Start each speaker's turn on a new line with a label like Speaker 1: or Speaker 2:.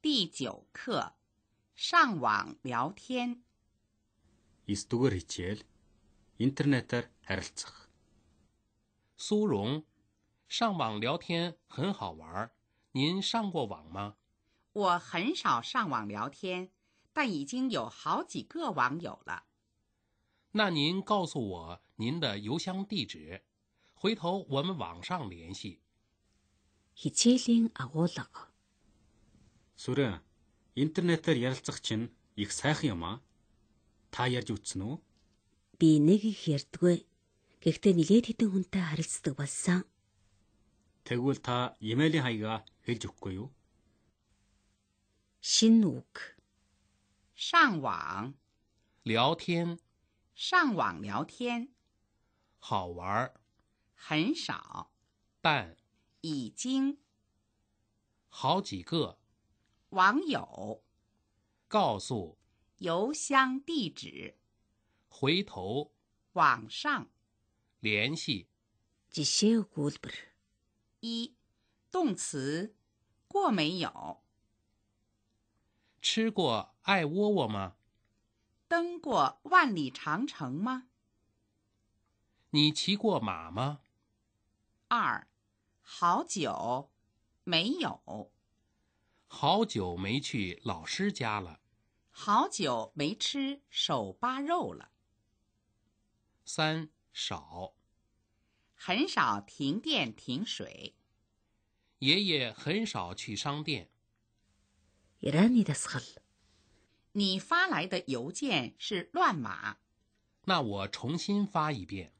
Speaker 1: 第九课，上网聊天。
Speaker 2: 9 дугаар хичээл интернетээр харилцах.
Speaker 3: 苏荣，上网聊天很好玩儿，您上过网吗？
Speaker 1: 我很少上网聊天，但已经有好几个网友了。
Speaker 3: 那您告诉我您的邮箱地址，回头我们网上联系。
Speaker 4: Хичээлийн агуулга.
Speaker 2: Сүрэн, интернетээр ярилцах чинь их сайхан юм аа. Та ярьж үзсэн үү?
Speaker 4: Би нэг их ярдггүй. Гэхдээ нилээд хитэн хүнтэй харилцдаг болсон.
Speaker 2: Тэгвэл та имэйлийн хаягаа хэлж өгөхгүй юу?
Speaker 4: Шин үг.
Speaker 1: 上网，
Speaker 3: 聊天
Speaker 1: 上网聊天
Speaker 3: 好玩儿，
Speaker 1: 很少，
Speaker 3: 但
Speaker 1: 已经
Speaker 3: 好几个
Speaker 1: 网友
Speaker 3: 告诉，
Speaker 1: 邮箱地址
Speaker 3: 回头
Speaker 1: 网上
Speaker 3: 联系。
Speaker 4: Жишээ өгүүлбэр.
Speaker 1: 一动词过没有
Speaker 3: 吃过艾窝窝吗？
Speaker 1: 登过万里长城吗？
Speaker 3: 你骑过马吗？
Speaker 1: 二好久没有
Speaker 3: 好久没去老师家了。
Speaker 1: 好久没吃手扒肉了，
Speaker 3: 三少，
Speaker 1: 很少停电停水。
Speaker 3: 爷爷很少去商店。
Speaker 4: Ираны дасгал.
Speaker 1: 你发来的邮件是乱码。
Speaker 3: 那我重新发一遍。